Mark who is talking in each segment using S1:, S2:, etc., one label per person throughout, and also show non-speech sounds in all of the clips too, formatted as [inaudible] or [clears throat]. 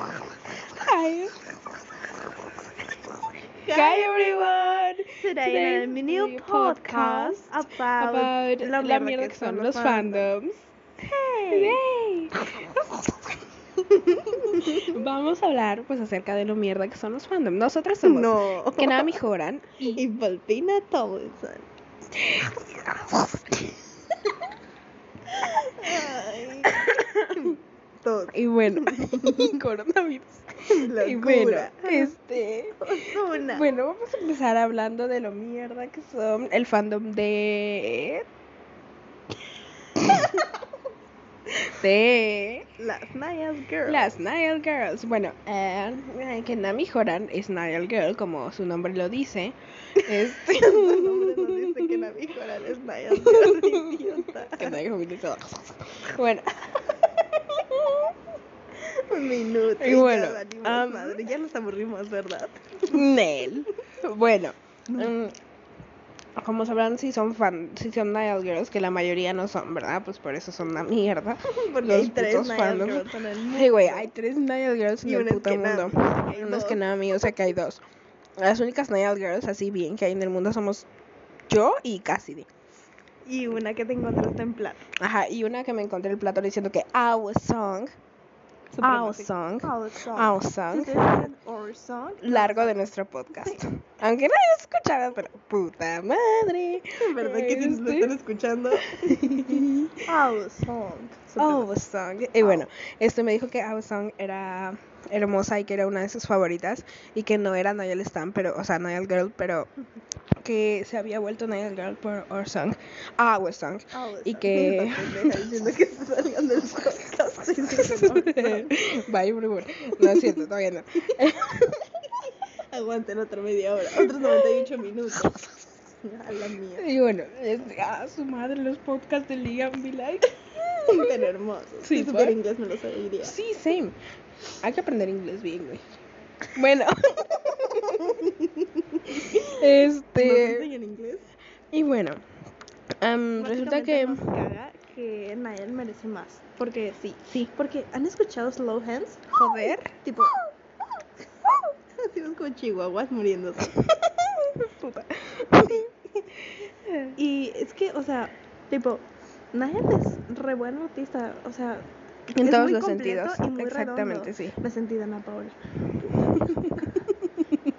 S1: Hi. Hi everyone.
S2: Today,
S1: Today
S2: in a
S1: is
S2: new
S1: new
S2: podcast, about,
S1: About
S2: la
S1: la mierda que son los fandoms. Yay.
S2: Hey.
S1: [laughs] Vamos a hablar pues acerca de lo mierda que son los fandoms. Nosotros somos
S2: No.
S1: que nada mejoran.
S2: [laughs] Y Volpina Townsend. Ay. Todo.
S1: Y
S2: [laughs]
S1: bueno, coronavirus. [laughs] Y bueno,
S2: Locura.
S1: este.
S2: Ozuna.
S1: Bueno, vamos a empezar hablando de lo mierda que son el fandom de. de.
S2: [laughs] Las Mayas Girls. [laughs]
S1: Las Nile Girls. Bueno, eh, eh, que Nami Horan es Nile Girl, como su nombre lo
S2: [laughs]
S1: dice. Este.
S2: Su nombre no dice que la víbora es Mayas Girls, [laughs] idiota.
S1: [laughs] Que no hay familia y todo.
S2: [laughs]
S1: Bueno,
S2: Un minuto.
S1: Y bueno,
S2: ya valimos
S1: um,
S2: madre. Ya nos aburrimos,
S1: [laughs]
S2: ¿verdad?
S1: Nel. Bueno, mm, como sabrán, si son fan, si son Nile Girls, que la mayoría no son, ¿verdad? Pues por eso son una mierda.
S2: Porque
S1: los
S2: hay tres
S1: putos
S2: Mayas
S1: fandoms.
S2: Girls en el mundo.
S1: Sí, güey, hay tres Nile Girls en
S2: Y
S1: el
S2: una es
S1: puto
S2: que nada,
S1: mundo.
S2: que hay
S1: Una es
S2: dos.
S1: que nada mío, o sea que hay dos. Las únicas Nile Girls así bien que hay en el mundo somos yo y Cassidy.
S2: Y una que te encontraste en plata.
S1: Ajá, y una que me encontré el plato diciendo que our song, our song,
S2: Our song.
S1: our song,
S2: Ustedes dicen our song.
S1: largo de nuestro podcast. Aunque nadie lo escuchaba, pero puta madre.
S2: [laughs] En verdad que si nos lo
S1: Este. [laughs]
S2: están escuchando. Our song. [laughs]
S1: Oh, Song. Y bueno, este me dijo que Our Song era hermosa y que era una de sus favoritas y que no era Niall Stan, pero, o sea, Niall Girl, pero que se había vuelto Niall Girl por Our Song, Our Song.
S2: Our
S1: Y
S2: song. [laughs]
S1: que-
S2: Esa pendeja diciendo que se salgan del podcast. Y diciendo, "Our song".
S1: [laughs] Bye, Brubur. No es cierto, todavía no.
S2: [laughs]
S1: [laughs]
S2: Aguanten otra media hora. Otros 98 minutos. A la mía.
S1: Y bueno, este, ah, su madre, los podcasts de Liam Be Like.
S2: Súper hermoso.
S1: Sí,
S2: si supiera
S1: ¿va?
S2: inglés me lo sabría. [laughs]
S1: Sí, same. Hay que aprender inglés bien, güey. Bueno.
S2: ¿Nos
S1: este.
S2: enseñan inglés?
S1: Y bueno, am, Mm, resulta que.
S2: Básicamente nos caga que Nayel merece más. Porque sí.
S1: Sí.
S2: Porque han escuchado Slow Hands.
S1: Joder.
S2: Tipo. [laughs] Así es como chihuahuas muriéndose.
S1: [laughs] Puta.
S2: Y es que, o sea, tipo, Nayel es re buen artista. O sea.
S1: En
S2: es
S1: todos
S2: muy
S1: los
S2: completo
S1: sentidos,
S2: y muy
S1: exactamente,
S2: redondo.
S1: sí.
S2: Me sentí Dana Paola. [laughs]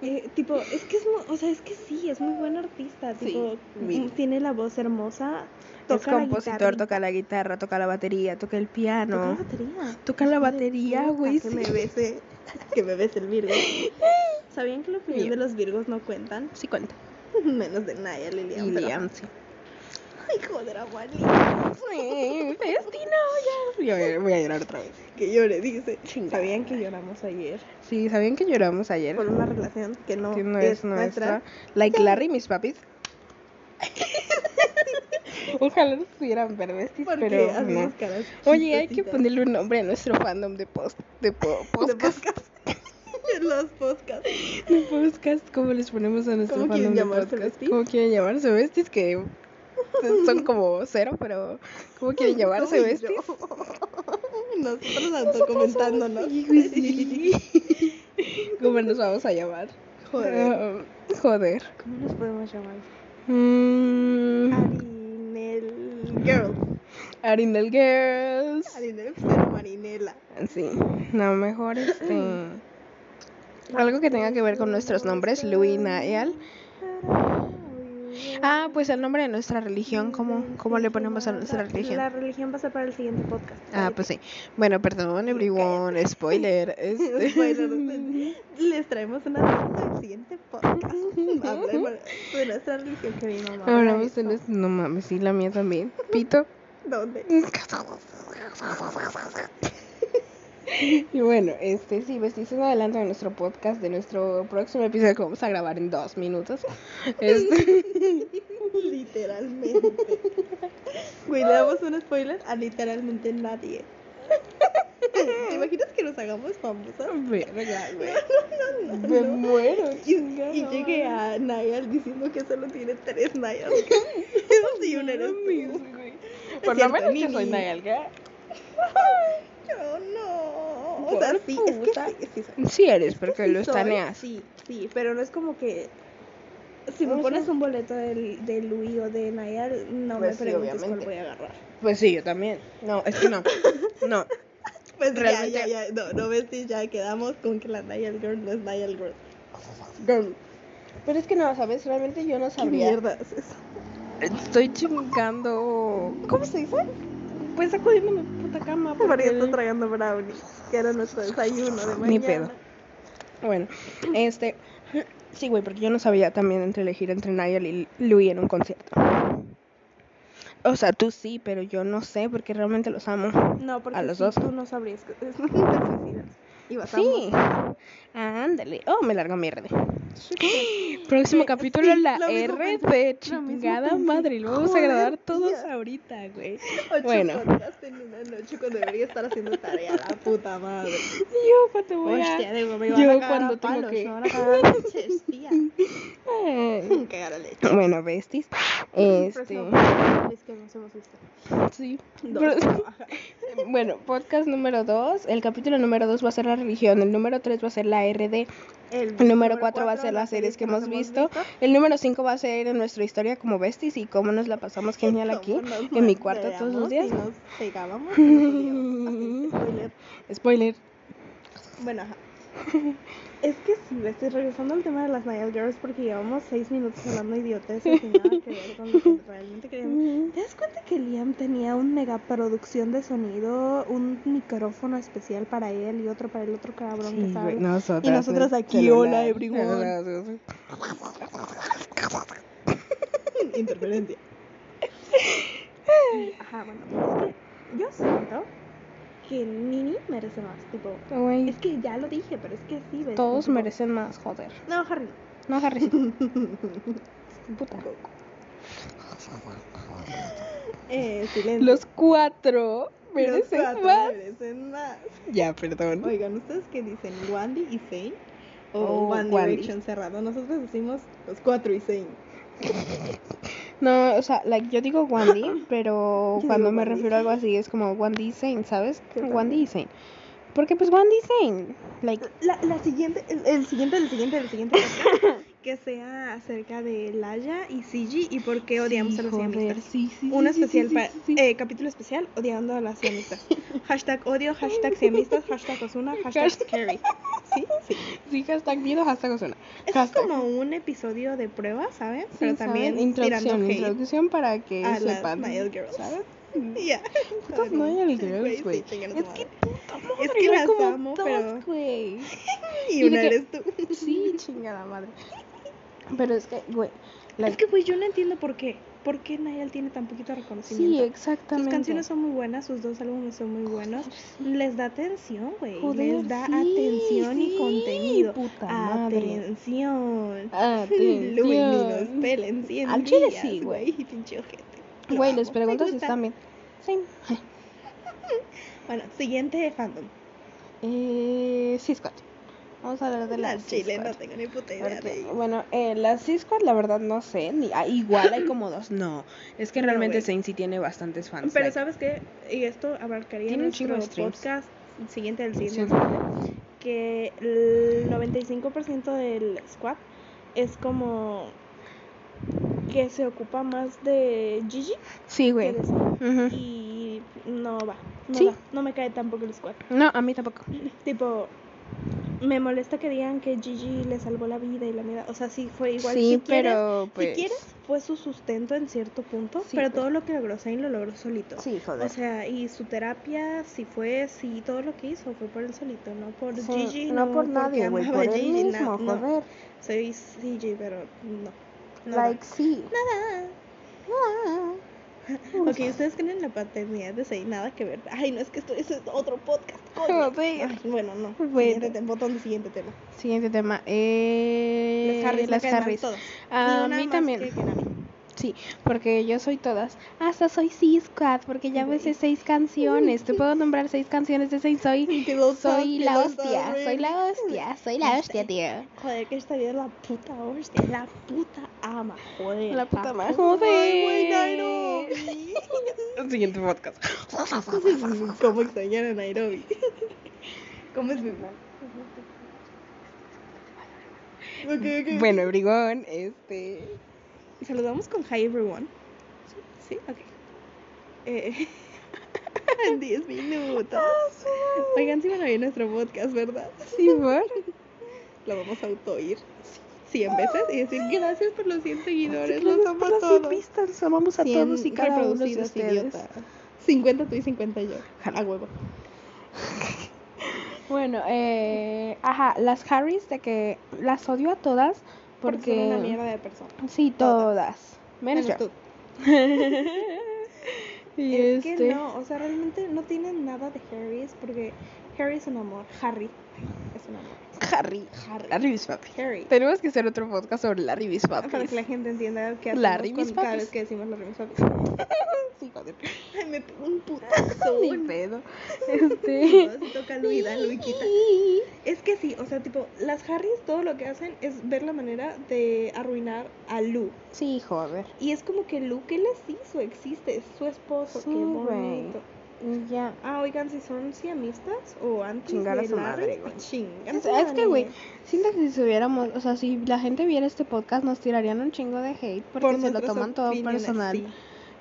S2: Eh, tipo, es que es muy, o sea, es que sí, es muy buen artista,
S1: Sí,
S2: tipo,
S1: mil.
S2: mm, tiene la voz hermosa,
S1: Es
S2: toca la
S1: compositor,
S2: guitarra-
S1: toca la guitarra, toca la batería, toca el
S2: toca
S1: piano.
S2: la batería.
S1: Toca la
S2: Hijo de
S1: batería,
S2: puta,
S1: güey,
S2: Que
S1: sí.
S2: me bese, [laughs] que me bese
S1: [laughs]
S2: el Virgo. ¿Sabían que la opinión
S1: Bien.
S2: de los Virgos no cuentan?
S1: Sí cuenta.
S2: [laughs] Menos de Naya
S1: Y
S2: Lilian. pero- [laughs]
S1: Liam, sí.
S2: Ay, joder, Amalia.
S1: Sí, Destino, ya. Yo voy a- voy a llorar otra vez.
S2: Que llore, dice.
S1: Chingada
S2: ¿Sabían que lloramos ayer
S1: Sí, ¿sabían que lloramos ayer?
S2: por una relación que no,
S1: que no es nuestra. Like Larry, mis papis. [laughs] Ojalá no estuvieran verdes,
S2: Porque
S1: pero
S2: hacemos
S1: no.
S2: caras
S1: Oye, hay que
S2: chistositas.
S1: ponerle un nombre a nuestro fandom de post, [laughs] de po-
S2: [laughs] De
S1: podcast.
S2: podcast. [laughs] los podcasts.
S1: De podcast, ¿cómo les ponemos a nuestro
S2: ¿Cómo
S1: fandom
S2: quieren
S1: de
S2: llamarse,
S1: podcast?
S2: besties?
S1: ¿Cómo quieren llamarse besties? [laughs] Que son como cero, pero [laughs] ¿cómo quieren llamarse
S2: Uy,
S1: besties?
S2: yo. [laughs] Nosotros autocomentándonos.
S1: Sí,
S2: [laughs]
S1: güey, sí. ¿Cómo nos vamos a llamar?
S2: Joder.
S1: Ah, joder.
S2: ¿Cómo nos podemos llamar?
S1: Mm,
S2: Arinel
S1: Arindel Girls.
S2: Girls. Arinel pero Marinela.
S1: Sí, no, mejor [clears throat] este. Algo que tenga que ver con nuestros nombres, Louis y Nayal. Ah, pues el nombre de nuestra religión, ¿cómo, cómo le ponemos a nuestra
S2: La
S1: religión?
S2: religión va a ser para el siguiente podcast.
S1: Ah,
S2: [laughs]
S1: pues sí. Bueno, perdón, [laughs] everyone, spoiler. este. [laughs]
S2: Bueno, entonces, les traemos una del siguiente podcast. Hablaremos de nuestra religión que mi mamá.
S1: Hablamos de
S2: hizo.
S1: nuestro- No mames, sí, la mía también. Pito.
S2: ¿Dónde?
S1: [laughs] Y bueno, este sí, vestís un adelanto de nuestro podcast, de nuestro próximo episodio que vamos a grabar en dos minutos. [laughs] Este,
S2: [laughs] Literalmente. Güey, le damos un spoiler a literalmente nadie. ¿Te imaginas que nos hagamos famosos?
S1: verga, güey.
S2: No, no,
S1: Me
S2: no.
S1: muero.
S2: Y,
S1: chingada
S2: y llegué
S1: madre.
S2: a Nayal diciendo que solo tiene
S1: [laughs]
S2: tres Nayal. y una eres
S1: No mames,
S2: tú.
S1: güey.
S2: Es
S1: Por lo
S2: cierto,
S1: menos yo
S2: Mimi.
S1: soy Nayalga.
S2: Yo no. sí, es que
S1: puta.
S2: sí, sí soy.
S1: Sí eres, porque
S2: Sí
S1: lo
S2: soy,
S1: estaneas.
S2: Sí, sí, pero no es como que. Si
S1: No
S2: me
S1: sé.
S2: pones un boleto del, de Louis o de Nayar, no
S1: Pues sí,
S2: me preguntes cuál
S1: obviamente.
S2: voy a agarrar.
S1: Pues sí, yo también. No, es que
S2: [laughs]
S1: no. No.
S2: Pues
S1: Realmente-
S2: ya, ya, ya. No, no ves si ya quedamos con que la Nayar Girl no es Nayar Girl.
S1: Girl. Pero es que no, ¿sabes? Realmente yo no
S2: ¿Qué
S1: sabría.
S2: mierda es eso?
S1: Estoy chingando.
S2: ¿Cómo se dice?
S1: Pues sacudiendo mi puta cama.
S2: [laughs] María
S1: porque-
S2: está tragando brownie, que era nuestro desayuno de mañana.
S1: Ni pedo. Bueno, este. Sí, güey, porque yo no sabía también entre elegir entre Nayel y Louis en un concierto. O sea, tú sí, pero yo no sé porque realmente los amo.
S2: No, porque
S1: A los
S2: sí,
S1: dos.
S2: tú no sabrías que [laughs] es suicidas. Y vas
S1: Sí. Ándale. Oh, me largo mierda.
S2: Sí.
S1: Próximo
S2: Sí,
S1: capítulo,
S2: sí,
S1: la
S2: lo mismo
S1: R de
S2: pensé, lo mismo
S1: chingada
S2: pensé.
S1: madre. Lo vamos a
S2: Joder,
S1: grabar todos
S2: tía.
S1: ahorita, güey.
S2: Ocho
S1: Bueno.
S2: podcasts en una noche cuando debería estar haciendo tarea, la
S1: [laughs]
S2: puta madre.
S1: Yo cuando voy a...
S2: Hostia, digo, me iban
S1: Yo
S2: a cagar
S1: cuando
S2: a
S1: tengo
S2: palos,
S1: que...
S2: me van a cagar a leches, tía.
S1: [laughs] Ay.
S2: Cagar a leche.
S1: Bueno, besties. Este...
S2: Próximo podcast, es que nos hemos visto.
S1: Sí.
S2: Dos,
S1: Pero-
S2: no, ajá.
S1: [laughs] Bueno, podcast número 2. El capítulo número 2 va a ser la religión. El número 3 va a ser la RD.
S2: El
S1: El [laughs] número 4 va a
S2: cuatro,
S1: ser las series que hemos
S2: nos
S1: visto. El número 5 va a ser en nuestra historia como besties y cómo nos la pasamos genial aquí
S2: Cómo nos
S1: en mi cuarto todos los
S2: madreamos y
S1: días.
S2: Nos
S1: [laughs]
S2: pegábamos. y nos odiábamos. Así, spoiler.
S1: Spoiler.
S2: Bueno, ajá. Es que sí, le estoy regresando al tema de las Nile Girls porque llevamos seis minutos hablando idioteces y nada que ver con lo que
S1: [laughs]
S2: realmente queríamos. ¿Te das cuenta que Liam tenía una megaproducción de sonido, un micrófono especial para él y otro para el otro cabrón que
S1: Sí,
S2: estaba
S1: güey,
S2: hablando?
S1: nosotras,
S2: Y nosotras
S1: ¿no?
S2: aquí,
S1: Celular, [laughs]
S2: hola, everyone.
S1: celular.
S2: Interferencia. [laughs] Ajá, bueno, es que yo siento que Nini merece más, tipo.
S1: Güey,
S2: Es que ya lo dije, pero es que sí, ¿ves?
S1: todos
S2: Tipo,
S1: merecen más, joder.
S2: No, Harry.
S1: No,
S2: [laughs]
S1: Harry. Puta.
S2: Eh, silencio.
S1: Los cuatro merecen
S2: Los cuatro
S1: más.
S2: merecen más.
S1: Ya, perdón.
S2: Oigan, ¿ustedes qué dicen? ¿Wandy y Zane? O
S1: Oh,
S2: One
S1: Wandy.
S2: Direction cerrado. Nosotros decimos los cuatro y Zane.
S1: No, o sea, like, yo digo Wandy, pero
S2: [laughs] Yo
S1: cuando
S2: digo
S1: me
S2: Wandy.
S1: refiero a algo así es como Wandy Zane, ¿sabes?
S2: Yo también.
S1: Wandy Zane. Porque pues Wandy Zane, like,
S2: La, la siguiente, el, el siguiente, el siguiente, el siguiente
S1: [laughs]
S2: podcast, que sea acerca de Laya y Sigi y por qué odiamos a las
S1: joder,
S2: siamistas.
S1: sí, sí,
S2: Un
S1: sí, sí,
S2: especial,
S1: sí,
S2: pa-
S1: sí, sí.
S2: eh, capítulo especial odiando a
S1: [laughs]
S2: las siamistas. hashtag odio, hashtag siamistas, hashtag Osuna, hashtag scary. ¿Sí? Sí.
S1: Sí, hashtag miedo, hashtag suena.
S2: Es como un episodio de prueba, ¿sabes? Pero también
S1: introducción,
S2: tirando hate.
S1: introducción para que
S2: a las
S1: sepan,
S2: Nile Girls.
S1: ¿sabes?
S2: Ya.
S1: Putas
S2: Todo bien.
S1: Nile
S2: Sí,
S1: Girls,
S2: sí,
S1: güey.
S2: chingan a
S1: Es
S2: su
S1: que
S2: madre.
S1: puta madre,
S2: Es que
S1: yo
S2: las
S1: como
S2: amo,
S1: dos,
S2: pero-
S1: güey.
S2: Y
S1: Y de
S2: una
S1: que-
S2: eres tú. [laughs]
S1: Sí, chingada madre. Pero es que, güey,
S2: Es
S1: like,
S2: que, güey, yo no entiendo por qué. ¿Por qué Nayel tiene tan poquito reconocimiento?
S1: sí,
S2: Sus
S1: exactamente.
S2: canciones son muy buenas, sus dos álbumes son muy buenos. Les da atención, güey.
S1: Joder,
S2: Les da
S1: sí,
S2: atención
S1: sí,
S2: y contenido.
S1: puta madre.
S2: atención.
S1: Atención.
S2: Luminos, pela, enciende.
S1: Al chile sí, güey.
S2: Y [laughs] pinche ojete. Lo
S1: Güey, les
S2: amo.
S1: pregunto
S2: Me
S1: si
S2: gusta.
S1: están bien. Sí.
S2: Bueno, siguiente fandom.
S1: Eh, Sisquatch. Vamos a hablar de la
S2: Al chile, no
S1: Sisquatch.
S2: tengo ni puta idea.
S1: Porque,
S2: de-
S1: bueno, eh, la Sisquatch la verdad no sé, ni, ah, igual hay como dos, no, es que
S2: No,
S1: realmente
S2: güey.
S1: Saint sí tiene bastantes fans.
S2: Pero
S1: like,
S2: sabes qué, y esto abarcaría
S1: Tiene un
S2: nuestro
S1: chingo de streams.
S2: podcast siguiente del
S1: sí.
S2: siguiente, que el 95% del squad es como que se ocupa más de Gigi
S1: Sí,
S2: que
S1: güey.
S2: de Sam,
S1: Ujú.
S2: y no va, no
S1: Mm. Sí.
S2: va, no me cae tampoco el squad.
S1: No, a mí tampoco.
S2: Tipo me molesta que digan que Gigi le salvó la vida y la mierda, o sea, sí fue igual
S1: sí,
S2: si quieres-
S1: pero pues...
S2: si quieres fue su sustento en cierto punto,
S1: Sí,
S2: pero
S1: pues.
S2: todo lo que logró Zayn lo logró solito.
S1: Sí, joder.
S2: O sea, y su terapia, si fue, si todo lo que hizo fue por él solito, no por
S1: Sí,
S2: Gigi,
S1: no por
S2: porque
S1: nadie, güey,
S2: amaba
S1: por
S2: a
S1: él
S2: Gigi, na-
S1: mismo,
S2: no.
S1: joder.
S2: Soy Gigi, pero no. no
S1: Like, sí.
S2: Nada.
S1: Ah.
S2: Ok, ustedes creen en la paternidad de Zayn, nada que ver. Ay, no, es que esto eso es otro
S1: [laughs]
S2: podcast. coño.
S1: Joder.
S2: Ay, bueno, no.
S1: Bueno.
S2: Siguiente tema, botón de siguiente tema.
S1: Siguiente tema. Eh,
S2: Las Harris, me
S1: las
S2: caen mal
S1: Harris.
S2: todas. Ni
S1: A
S2: una
S1: mí
S2: más
S1: también.
S2: que- que a mí.
S1: [laughs] Sí, porque yo soy todas. Hasta soy Sisquad, porque ya me sé seis canciones. Te puedo nombrar seis canciones de seis. Soy,
S2: Que los
S1: soy
S2: dos,
S1: la
S2: que los dos,
S1: hostia,
S2: güey.
S1: soy la hostia, soy la hostia, tío.
S2: Joder, que esta vida es la puta hostia, la puta ama, joder.
S1: La puta ama,
S2: Ay, güey,
S1: joder.
S2: Nairobi.
S1: [laughs] Siguiente podcast. [laughs]
S2: [laughs] ¿Cómo extrañar a Nairobi? [laughs] ¿Cómo es Big Man? Ok, ok.
S1: Bueno, Brigón, este.
S2: Saludamos con hi everyone. Sí, ok. Eh, [laughs] en 10 minutos. Oigan, si van a oír nuestro podcast, ¿verdad?
S1: Simón.
S2: Lo vamos a autoir 100 veces y decir gracias por los 100 seguidores.
S1: Gracias
S2: Los amo
S1: por
S2: a
S1: las
S2: todos.
S1: vistas, los amamos a
S2: 100
S1: todos y cada uno de
S2: reproducidas,
S1: ustedes.
S2: idiota. 50 tú y 50 yo. A huevo.
S1: Bueno, eh, ajá, las Harrys de que las odio a todas porque,
S2: Porque son una mierda de persona.
S1: Sí,
S2: Todas.
S1: todas. Menos yo.
S2: Menos tú.
S1: [laughs] Y
S2: es
S1: este-
S2: que no, o sea, realmente no tienen nada de Harry's porque Harry es un amor. Harry es un amor.
S1: Harry.
S2: Harry.
S1: Larry Bis Papi.
S2: Harry. Ah,
S1: Tenemos que hacer otro podcast sobre Larry Bis Papi.
S2: Para que la gente entienda que
S1: La
S2: hacemos
S1: Ribis
S2: con cada
S1: pues, Papis.
S2: vez que decimos la Ribis Papis.
S1: [laughs] Sí, joder.
S2: Ay, me pegó un putazo.
S1: Ni pedo. [laughs] Este.
S2: No, sí toca Luida, Luiquita. Es que sí, o sea, tipo, las Harrys todo lo que hacen es ver la manera de arruinar a Lu.
S1: Sí, joder.
S2: Y es como que Lu, ¿qué les hizo? Existe, es su esposo,
S1: Sí,
S2: qué
S1: güey.
S2: bonito.
S1: Y Ya.
S2: Ah, oigan, si son siamistas o antes
S1: Chingar a
S2: de
S1: su madre,
S2: Larry,
S1: güey.
S2: chingar a
S1: Es,
S2: su
S1: es que,
S2: madre.
S1: güey, siento que si subiéramos, o sea, si la gente viera este podcast, nos tirarían un chingo de hate porque
S2: Por
S1: se lo
S2: nuestras
S1: toman todo
S2: opiniones,
S1: personal.
S2: sí.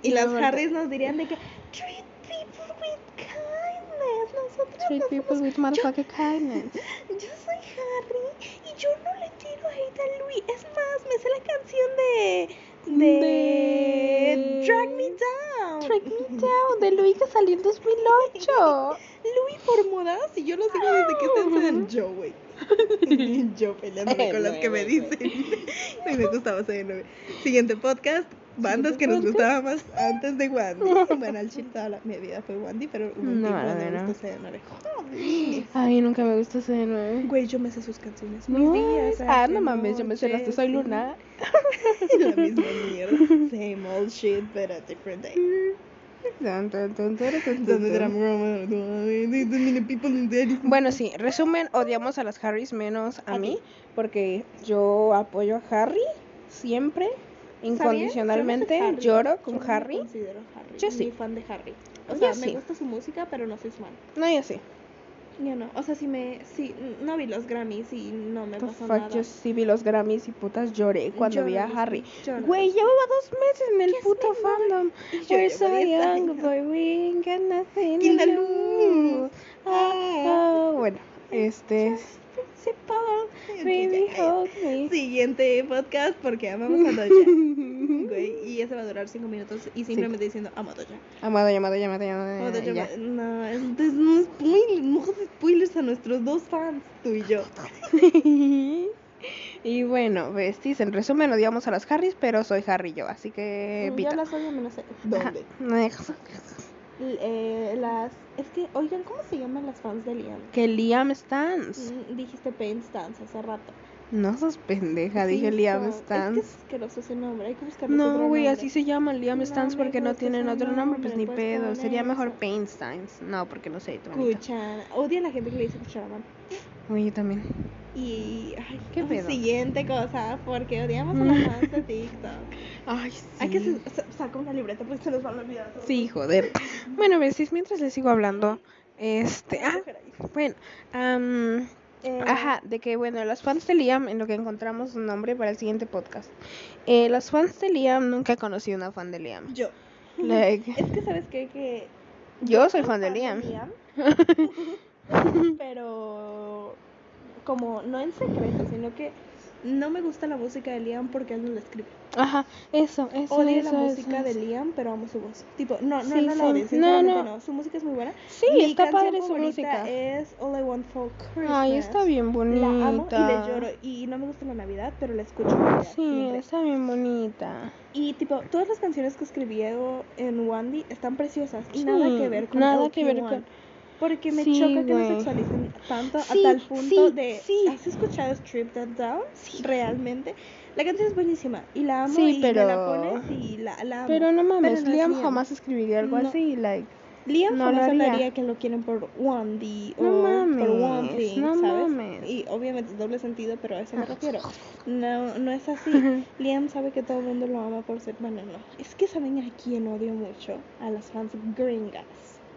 S2: Y,
S1: Y
S2: las
S1: luego-
S2: Harrys nos dirían de que treat people with kindness. Nosotros
S1: Treat
S2: no
S1: people
S2: somos- [laughs]
S1: with motherfucking kindness.
S2: Yo, yo soy Harry y yo no le tiro hate a Louis. Es más, me sé la canción de de,
S1: De-
S2: Drag Me Down.
S1: Track me down de Luis que salió en [laughs] 2008.
S2: Louis por modas y yo lo sigo desde que está
S1: Ah.
S2: en San Joe, güey. yo peleándome
S1: Eh,
S2: con las que
S1: nueve,
S2: me dicen. Y me gustaba ser nueve. Siguiente podcast. Bandas
S1: Siguiente
S2: que nos
S1: podcast.
S2: gustaban más antes de Wandy. Bueno, al chile toda la- mi vida fue Wandy, pero hubo un
S1: No,
S2: tiempo donde
S1: no,
S2: me
S1: no.
S2: gustó CN9.
S1: A mí nunca me gustó ese de nuevo.
S2: Güey, yo me sé sus canciones.
S1: No,
S2: Mis días,
S1: es- ah,
S2: hace
S1: no mames, yo me sé las de
S2: noches,
S1: Soy
S2: sí.
S1: Luna.
S2: La misma mierda. Same old shit, but a different day. mm. Donde drama, drama, drama, people in there.
S1: Bueno, sí, resumen, odiamos a las Harrys menos a,
S2: A
S1: mí,
S2: ti.
S1: porque yo apoyo a Harry siempre, incondicionalmente,
S2: Yo no soy
S1: lloro con
S2: Yo no me
S1: Harry.
S2: considero Harry.
S1: Yo sí.
S2: Ni fan de Harry. O
S1: Yo
S2: sea, me
S1: sí.
S2: gusta su música, pero no soy su fan.
S1: No, yo sí.
S2: Yo no. O sea, si me. Si, no vi los Grammys y no me
S1: The
S2: pasó
S1: fuck,
S2: nada.
S1: yo sí vi los Grammys y putas lloré cuando vi a
S2: Lloré,
S1: Harry.
S2: lloré.
S1: Güey, llevaba dos meses en el
S2: Yes,
S1: puto
S2: mi madre.
S1: fandom.
S2: Y yo
S1: We're
S2: llevo
S1: so
S2: 10
S1: young,
S2: años.
S1: boy, we ain't got nothing
S2: Y la
S1: to
S2: luz.
S1: lose. Ah, ah, bueno, este es...
S2: Principal.
S1: Baby,
S2: Ok, ya, ya.
S1: hold me.
S2: Siguiente podcast porque amamos a Doja. [laughs] Güey, y ese va a durar 5 minutos y simplemente diciendo amo a Doja.
S1: Amado, llamado, llamado, llamado.
S2: Amo a Doja.
S1: ya.
S2: No, entonces no spoilers, no hagas spoilers a nuestros dos fans, tú y yo.
S1: [laughs] y bueno, besties, en resumen odiamos a las Harrys, pero soy Harry yo, así que
S2: yo
S1: vita.
S2: las odio menos sé
S1: Ajá,
S2: dónde.
S1: [laughs] no dejas-
S2: L- eh, las es que oigan cómo se llaman las fans de Liam.
S1: Que Liam Stans.
S2: Mm, Dijiste Pain Stans hace rato.
S1: No sos pendeja, dije
S2: Sí,
S1: Liam
S2: no,
S1: Stans.
S2: Es que es asqueroso ese nombre, hay que buscarle
S1: No,
S2: otro
S1: güey,
S2: nombre.
S1: así se llama Liam
S2: No
S1: Stans
S2: me
S1: porque no
S2: gusta
S1: tienen
S2: ese
S1: otro nombre, pues
S2: nombre,
S1: ni
S2: pues,
S1: pedo.
S2: pon
S1: Sería mejor
S2: eso.
S1: Pain Stans. No, porque no sé, tu manita.
S2: Cuchara. Odia a la gente que le dice cucharaman.
S1: Uy, yo también.
S2: Y. Ay,
S1: ¿Qué
S2: ay,
S1: pedo?
S2: Siguiente cosa, porque odiamos a los fans de TikTok.
S1: Ay, sí.
S2: Hay que se- sa- saca una libreta porque se nos van a olvidar. todo.
S1: Sí, joder. Bueno, veces mientras les sigo hablando, este... Ah, bueno, am,
S2: Eh,
S1: Ajá, de que bueno, los fans de Liam, en lo que encontramos un nombre para el siguiente podcast. Eh, los fans de Liam, nunca conocí una fan de Liam.
S2: Yo.
S1: Like,
S2: Es que, ¿sabes qué? Que.
S1: yo soy fan de Liam. [laughs]
S2: pero. Como, no en secreto, sino que. No me gusta la música de Liam porque él no la escribe.
S1: Ajá, eso, eso,
S2: Odio
S1: eso,
S2: la
S1: eso,
S2: música de
S1: eso.
S2: Liam, pero amo su voz. Tipo, no, no,
S1: Sí,
S2: no
S1: sí.
S2: la odio.
S1: No,
S2: Sinceramente
S1: no.
S2: no, Su música es muy buena.
S1: Sí,
S2: Mi
S1: está
S2: canción
S1: padre su
S2: favorita
S1: música.
S2: Es All I Want for Christmas.
S1: Ay, está bien bonita.
S2: La amo y le lloro. Y no me gusta la Navidad, pero la escucho. en Navidad,
S1: Sí,
S2: siempre.
S1: está bien bonita.
S2: Y tipo, todas las canciones que escribió en Wandy están preciosas. Y nada
S1: Sí,
S2: que ver con
S1: Hmm, nada
S2: LK
S1: que ver
S2: One.
S1: con-
S2: Porque me
S1: Sí,
S2: choca que
S1: güey.
S2: no sexualicen tanto
S1: Sí,
S2: a tal punto
S1: sí,
S2: de.
S1: sí.
S2: ¿Has escuchado Strip That Down?
S1: Sí.
S2: Realmente. La canción es buenísima. Y la amo
S1: Sí,
S2: y me la
S1: pero-
S2: pones y la, la amo.
S1: Pero no mames,
S2: Pero no es
S1: Liam jamás escribiría algo
S2: No.
S1: así, like.
S2: Liam
S1: no lo
S2: jamás
S1: haría.
S2: hablaría que lo quieren por Wandy
S1: No
S2: o
S1: mames,
S2: por One Thing,
S1: no
S2: ¿sabes?
S1: mames.
S2: Y obviamente es doble sentido, pero a eso me
S1: Ah.
S2: refiero.
S1: [laughs]
S2: No, no es así. Liam sabe que todo el mundo lo ama por ser. Bueno, no. Es que saben a quién odio mucho. A las fans gringas.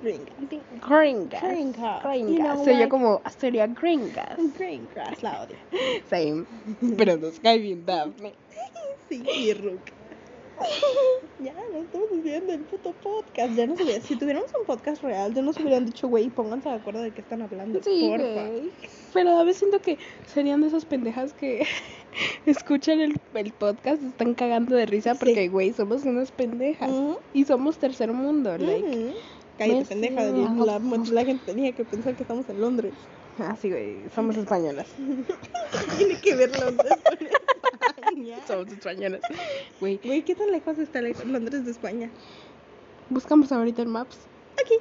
S2: gringas.
S1: Gringas.
S2: Gringas.
S1: Gringas.
S2: You know,
S1: Soy yo
S2: like-
S1: como, "Ah, sería
S2: [laughs]
S1: gringas.
S2: Gringas,
S1: [laughs]
S2: la odio.
S1: Same. Pero nos cae bien Daphne.
S2: Sí, y Rook. [laughs] Ya, no estamos diciendo el puto podcast. Ya no hubiera- si tuviéramos un podcast real, ya nos hubieran dicho, güey, pónganse de acuerdo de qué están hablando.
S1: Sí,
S2: porfa.
S1: güey. Pero a veces siento que serían de esas pendejas que [laughs] escuchan el, el podcast y están cagando de risa
S2: Sí.
S1: porque, güey, somos unas pendejas.
S2: Ujú.
S1: Y somos tercer mundo, like.
S2: Ujú. Cállate,
S1: Messi,
S2: pendeja.
S1: Pues ajá.
S2: La, la gente tenía que pensar que estamos
S1: [laughs]
S2: en Londres.
S1: Así, güey, somos españolas.
S2: Tiene que ver Londres con España.
S1: somos españolas. Güey,
S2: [laughs] Güey, ¿qué tan lejos está le- Londres de España?
S1: buscamos ahorita en Maps.
S2: Aquí.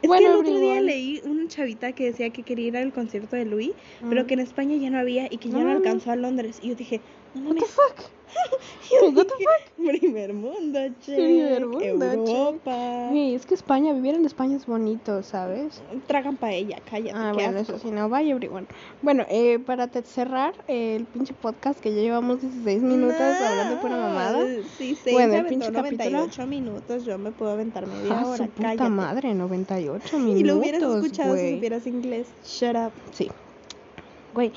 S2: Es
S1: Bueno,
S2: que el otro día
S1: everyone.
S2: leí una chavita que decía que quería ir al concierto de Louis, pero
S1: Mm.
S2: que en España ya no había y que ya
S1: No
S2: no,
S1: mames.
S2: alcanzó a Londres. Y yo dije,
S1: Ah.
S2: no
S1: What the
S2: mames.
S1: fuck?
S2: [laughs] Yo
S1: What the
S2: dije, Primer mundo, che.
S1: Primer mundo, che.
S2: Europa.
S1: Güey, es que España, vivir en España es bonito, ¿sabes?
S2: Tragan paella, cállate.
S1: Ah,
S2: qué
S1: bueno,
S2: asco.
S1: eso sí, no, bye everyone. Bueno, eh, para te- cerrar eh, el pinche podcast que ya llevamos 16 minutos hablando por mamada.
S2: Sí, sí,
S1: Bueno,
S2: se
S1: el pinche
S2: aventó
S1: capítulo.
S2: 98 minutos, yo me puedo aventar media
S1: Ah,
S2: hora,
S1: su puta
S2: cállate.
S1: madre,
S2: [laughs]
S1: 98 minutos.
S2: Y lo hubieras escuchado si
S1: güey.
S2: supieras inglés. Shut up.
S1: Sí. Güey,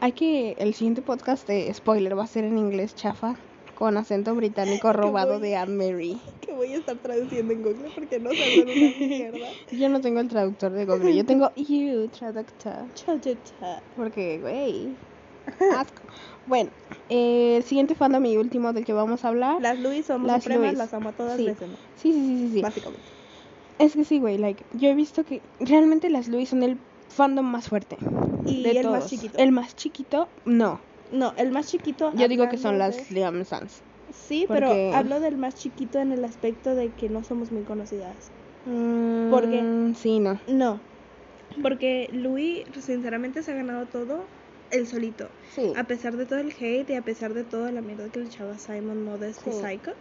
S1: hay que. El siguiente podcast de spoiler va a ser en inglés chafa. Con acento
S2: [laughs]
S1: británico robado
S2: voy-
S1: de Anne Mary.
S2: Que voy a estar traduciendo en Google porque no salgo de una
S1: [laughs]
S2: mierda.
S1: Yo no tengo el traductor de Google, yo
S2: [laughs]
S1: tengo you traductor.
S2: Chayata.
S1: Porque,
S2: [laughs]
S1: güey. Asco. Bueno, eh, el siguiente fandom y último del que vamos a hablar.
S2: Las Luis somos
S1: Las
S2: supremas,
S1: Luis.
S2: las amo a todas
S1: Sí.
S2: veces, ¿no?
S1: Sí, sí, sí, sí. sí.
S2: Básicamente.
S1: Es que sí, güey, like, yo he visto que realmente las Louis son el fandom más fuerte.
S2: Y
S1: de
S2: el más
S1: todos.
S2: chiquito.
S1: El más chiquito, no.
S2: No, el más chiquito.
S1: Yo digo que
S2: hablando
S1: son las
S2: de-
S1: Liam Sans.
S2: Sí,
S1: porque-
S2: pero hablo del más chiquito en el aspecto de que no somos muy conocidas. ¿Por qué?
S1: Mm, Sí, no.
S2: No. Porque Luis, sinceramente, se ha ganado todo él solito.
S1: Sí.
S2: A pesar de todo el hate y a pesar de toda la mierda que le echaba Simon Modest y
S1: Sí.
S2: Psycho,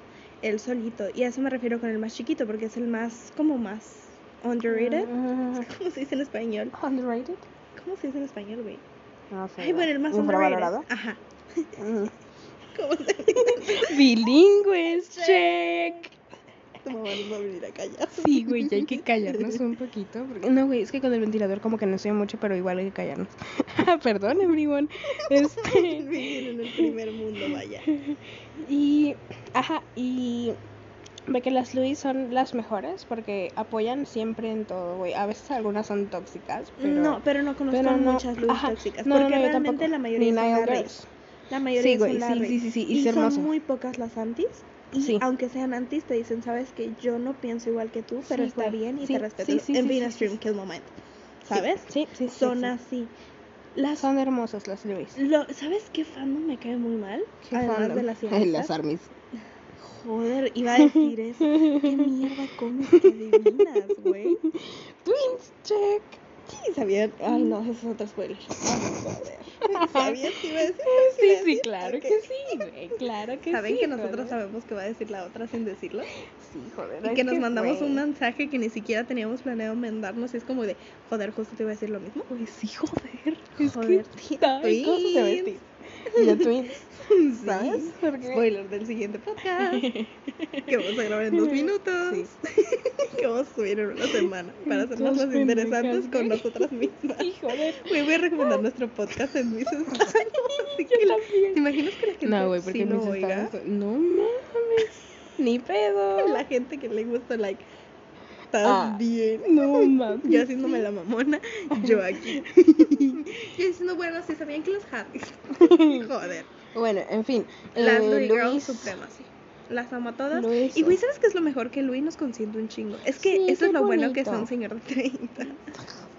S2: él solito. Y a eso me refiero con el más chiquito, porque es el más, como más underrated.
S1: Mm,
S2: ¿Cómo se dice en español?
S1: underrated.
S2: ¿Cómo se dice en español, güey?
S1: No sé.
S2: Ay, bueno, el más
S1: Infravalorado.
S2: underrated. Ajá.
S1: Mm. [laughs]
S2: ¿Cómo se dice?
S1: Bilingües, check.
S2: Tu mamá nos va a venir a callar.
S1: Sí, güey, ya hay que callarnos [laughs] un poquito. porque- No, güey, es que con el ventilador como que no soy mucho, pero igual hay que callarnos. [laughs] Perdón, everyone. [laughs] Este.
S2: [laughs] Vivir en el primer mundo, vaya.
S1: Y, ajá, y ve que las Louis son las mejores porque apoyan siempre en todo, güey. A veces algunas son tóxicas, pero...
S2: no, pero no conozco
S1: pero no-
S2: muchas luces
S1: ajá,
S2: tóxicas.
S1: no, no, no,
S2: porque
S1: yo
S2: realmente
S1: tampoco,
S2: la
S1: ni
S2: mayoría son
S1: Nile
S2: Larrys.
S1: Girls.
S2: La mayoría
S1: güey,
S2: son
S1: sí,
S2: Larrys.
S1: sí, sí, sí, y es hermoso.
S2: son muy pocas las antis. Y
S1: Sí.
S2: aunque sean antis, te dicen, sabes que yo no pienso igual que tú, pero
S1: Sí,
S2: está
S1: güey.
S2: bien y
S1: Sí,
S2: te respeto.
S1: sí, sí,
S2: en
S1: sí,
S2: Venus
S1: sí,
S2: Dream,
S1: sí.
S2: que es moment.
S1: Sí,
S2: ¿Sabes?
S1: Sí, sí, sí,
S2: Son
S1: sí.
S2: así. Las
S1: Son hermosas las Louis.
S2: lo- ¿Sabes qué fandom me cae muy mal?
S1: Qué
S2: Además
S1: fandom.
S2: de las
S1: Ay, las
S2: siamesas.
S1: armies.
S2: Joder, iba a
S1: [laughs]
S2: decir eso. ¿Qué mierda comes que adivinas, güey?
S1: Twins, check.
S2: Sí, Mm. sabía. Ay, no, eso es otro spoiler. Ay, joder. ¿Sabías que iba a decir? ¿Qué iba
S1: Sí,
S2: a
S1: sí,
S2: decir?
S1: claro
S2: Ok.
S1: que sí, güey. Claro que
S2: ¿Saben
S1: sí.
S2: que nosotros
S1: joder.
S2: sabemos que va a decir la otra sin decirlo?
S1: Sí, joder.
S2: Y
S1: es
S2: que nos mandamos
S1: güey.
S2: un mensaje que ni siquiera teníamos planeado mandarnos. Y es como de, joder, justo te iba a decir lo mismo.
S1: Pues sí, joder. Es
S2: Joder,
S1: que...
S2: tía,
S1: Ay, cosas de vestir. Yo twins, ¿sabes?
S2: Sí.
S1: Porque-
S2: Spoiler del
S1: [laughs]
S2: siguiente podcast. que vamos a grabar en dos minutos.
S1: Sí.
S2: [laughs] que vamos a subir en una semana. Para hacernos
S1: Dos
S2: las interesantes
S1: pendejas,
S2: con
S1: güey.
S2: nosotras mismas.
S1: [laughs] Sí, joder.
S2: Güey, voy a recomendar nuestro podcast en [laughs] mis estados. Así
S1: Yo
S2: que la-
S1: también.
S2: ¿Te imaginas que la gente
S1: No, güey, porque
S2: sí lo
S1: mis
S2: oiga?
S1: estados- No mames.
S2: [laughs]
S1: Ni pedo.
S2: La gente que le gusta, like, estás
S1: Ah,
S2: bien.
S1: [laughs] No mames.
S2: Yo haciéndome
S1: [laughs]
S2: la mamona, yo aquí. yo diciendo, bueno, sí sabían que los
S1: [laughs]
S2: Harris. Joder.
S1: Bueno, en fin.
S2: Las
S1: eh,
S2: Louis Girls
S1: Luis-
S2: supremas, sí. Las amo a todas.
S1: Luis.
S2: Y güey, ¿sabes qué es lo mejor? Que Luis nos consiente un chingo. Es que
S1: Sí,
S2: eso
S1: qué
S2: es lo bueno que
S1: bonito.
S2: son señor de
S1: [laughs]
S2: 30.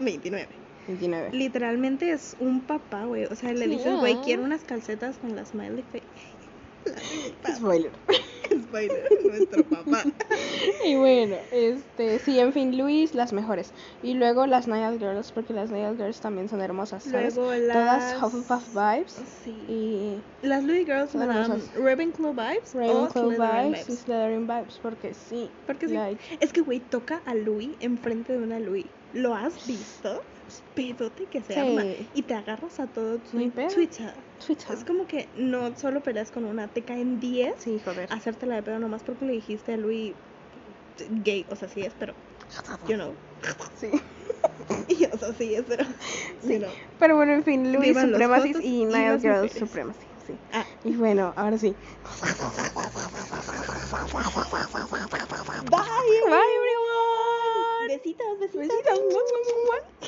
S2: 29.
S1: 29.
S2: Literalmente es un papá, güey. O sea, le
S1: Sí,
S2: dices, güey,
S1: ah.
S2: quiero unas calcetas con las
S1: [laughs]
S2: smiley [laughs] face.
S1: Spoiler. [laughs]
S2: Spider, nuestro papá.
S1: Y bueno, este, sí, en fin, Luis, las mejores. Y luego las Nile Girls, porque las Nile Girls también son hermosas, ¿sabes?
S2: Luego
S1: Todas
S2: las.
S1: Hufflepuff vibes.
S2: Sí.
S1: Y
S2: Las Louis Girls me
S1: Todas
S2: dan
S1: hermosas.
S2: Ravenclaw vibes o
S1: Ravenclaw
S2: Oh, Slytherin
S1: vibes
S2: vibes.
S1: y Slytherin vibes, porque sí.
S2: Porque sí.
S1: like,
S2: Es que, güey, toca a Louis enfrente de una Louis. ¿Lo has visto? Pedote que se
S1: Sí.
S2: arma. Y te agarras a todo tu
S1: Ni pedo.
S2: Twitter.
S1: Twitter.
S2: Es como que no solo peleas con una, te caen 10.
S1: Sí, joder.
S2: Ah, Hacértela de pedo nomás porque le dijiste a Louis gay. O sea, sí es, pero you [laughs] know.
S1: Ah, Sí.
S2: [laughs] Y o sea, sí, es pero.
S1: Sí.
S2: You know.
S1: Pero bueno, en fin, Louis
S2: Vivan los
S1: Supremacy
S2: jotos
S1: y
S2: y
S1: Nile
S2: las
S1: Girl
S2: mujeres.
S1: Supremacy. Sí.
S2: Ah,
S1: Y bueno, ahora sí.
S2: bye.
S1: Bye, everyone.
S2: Besitos, besitos.
S1: Besitos.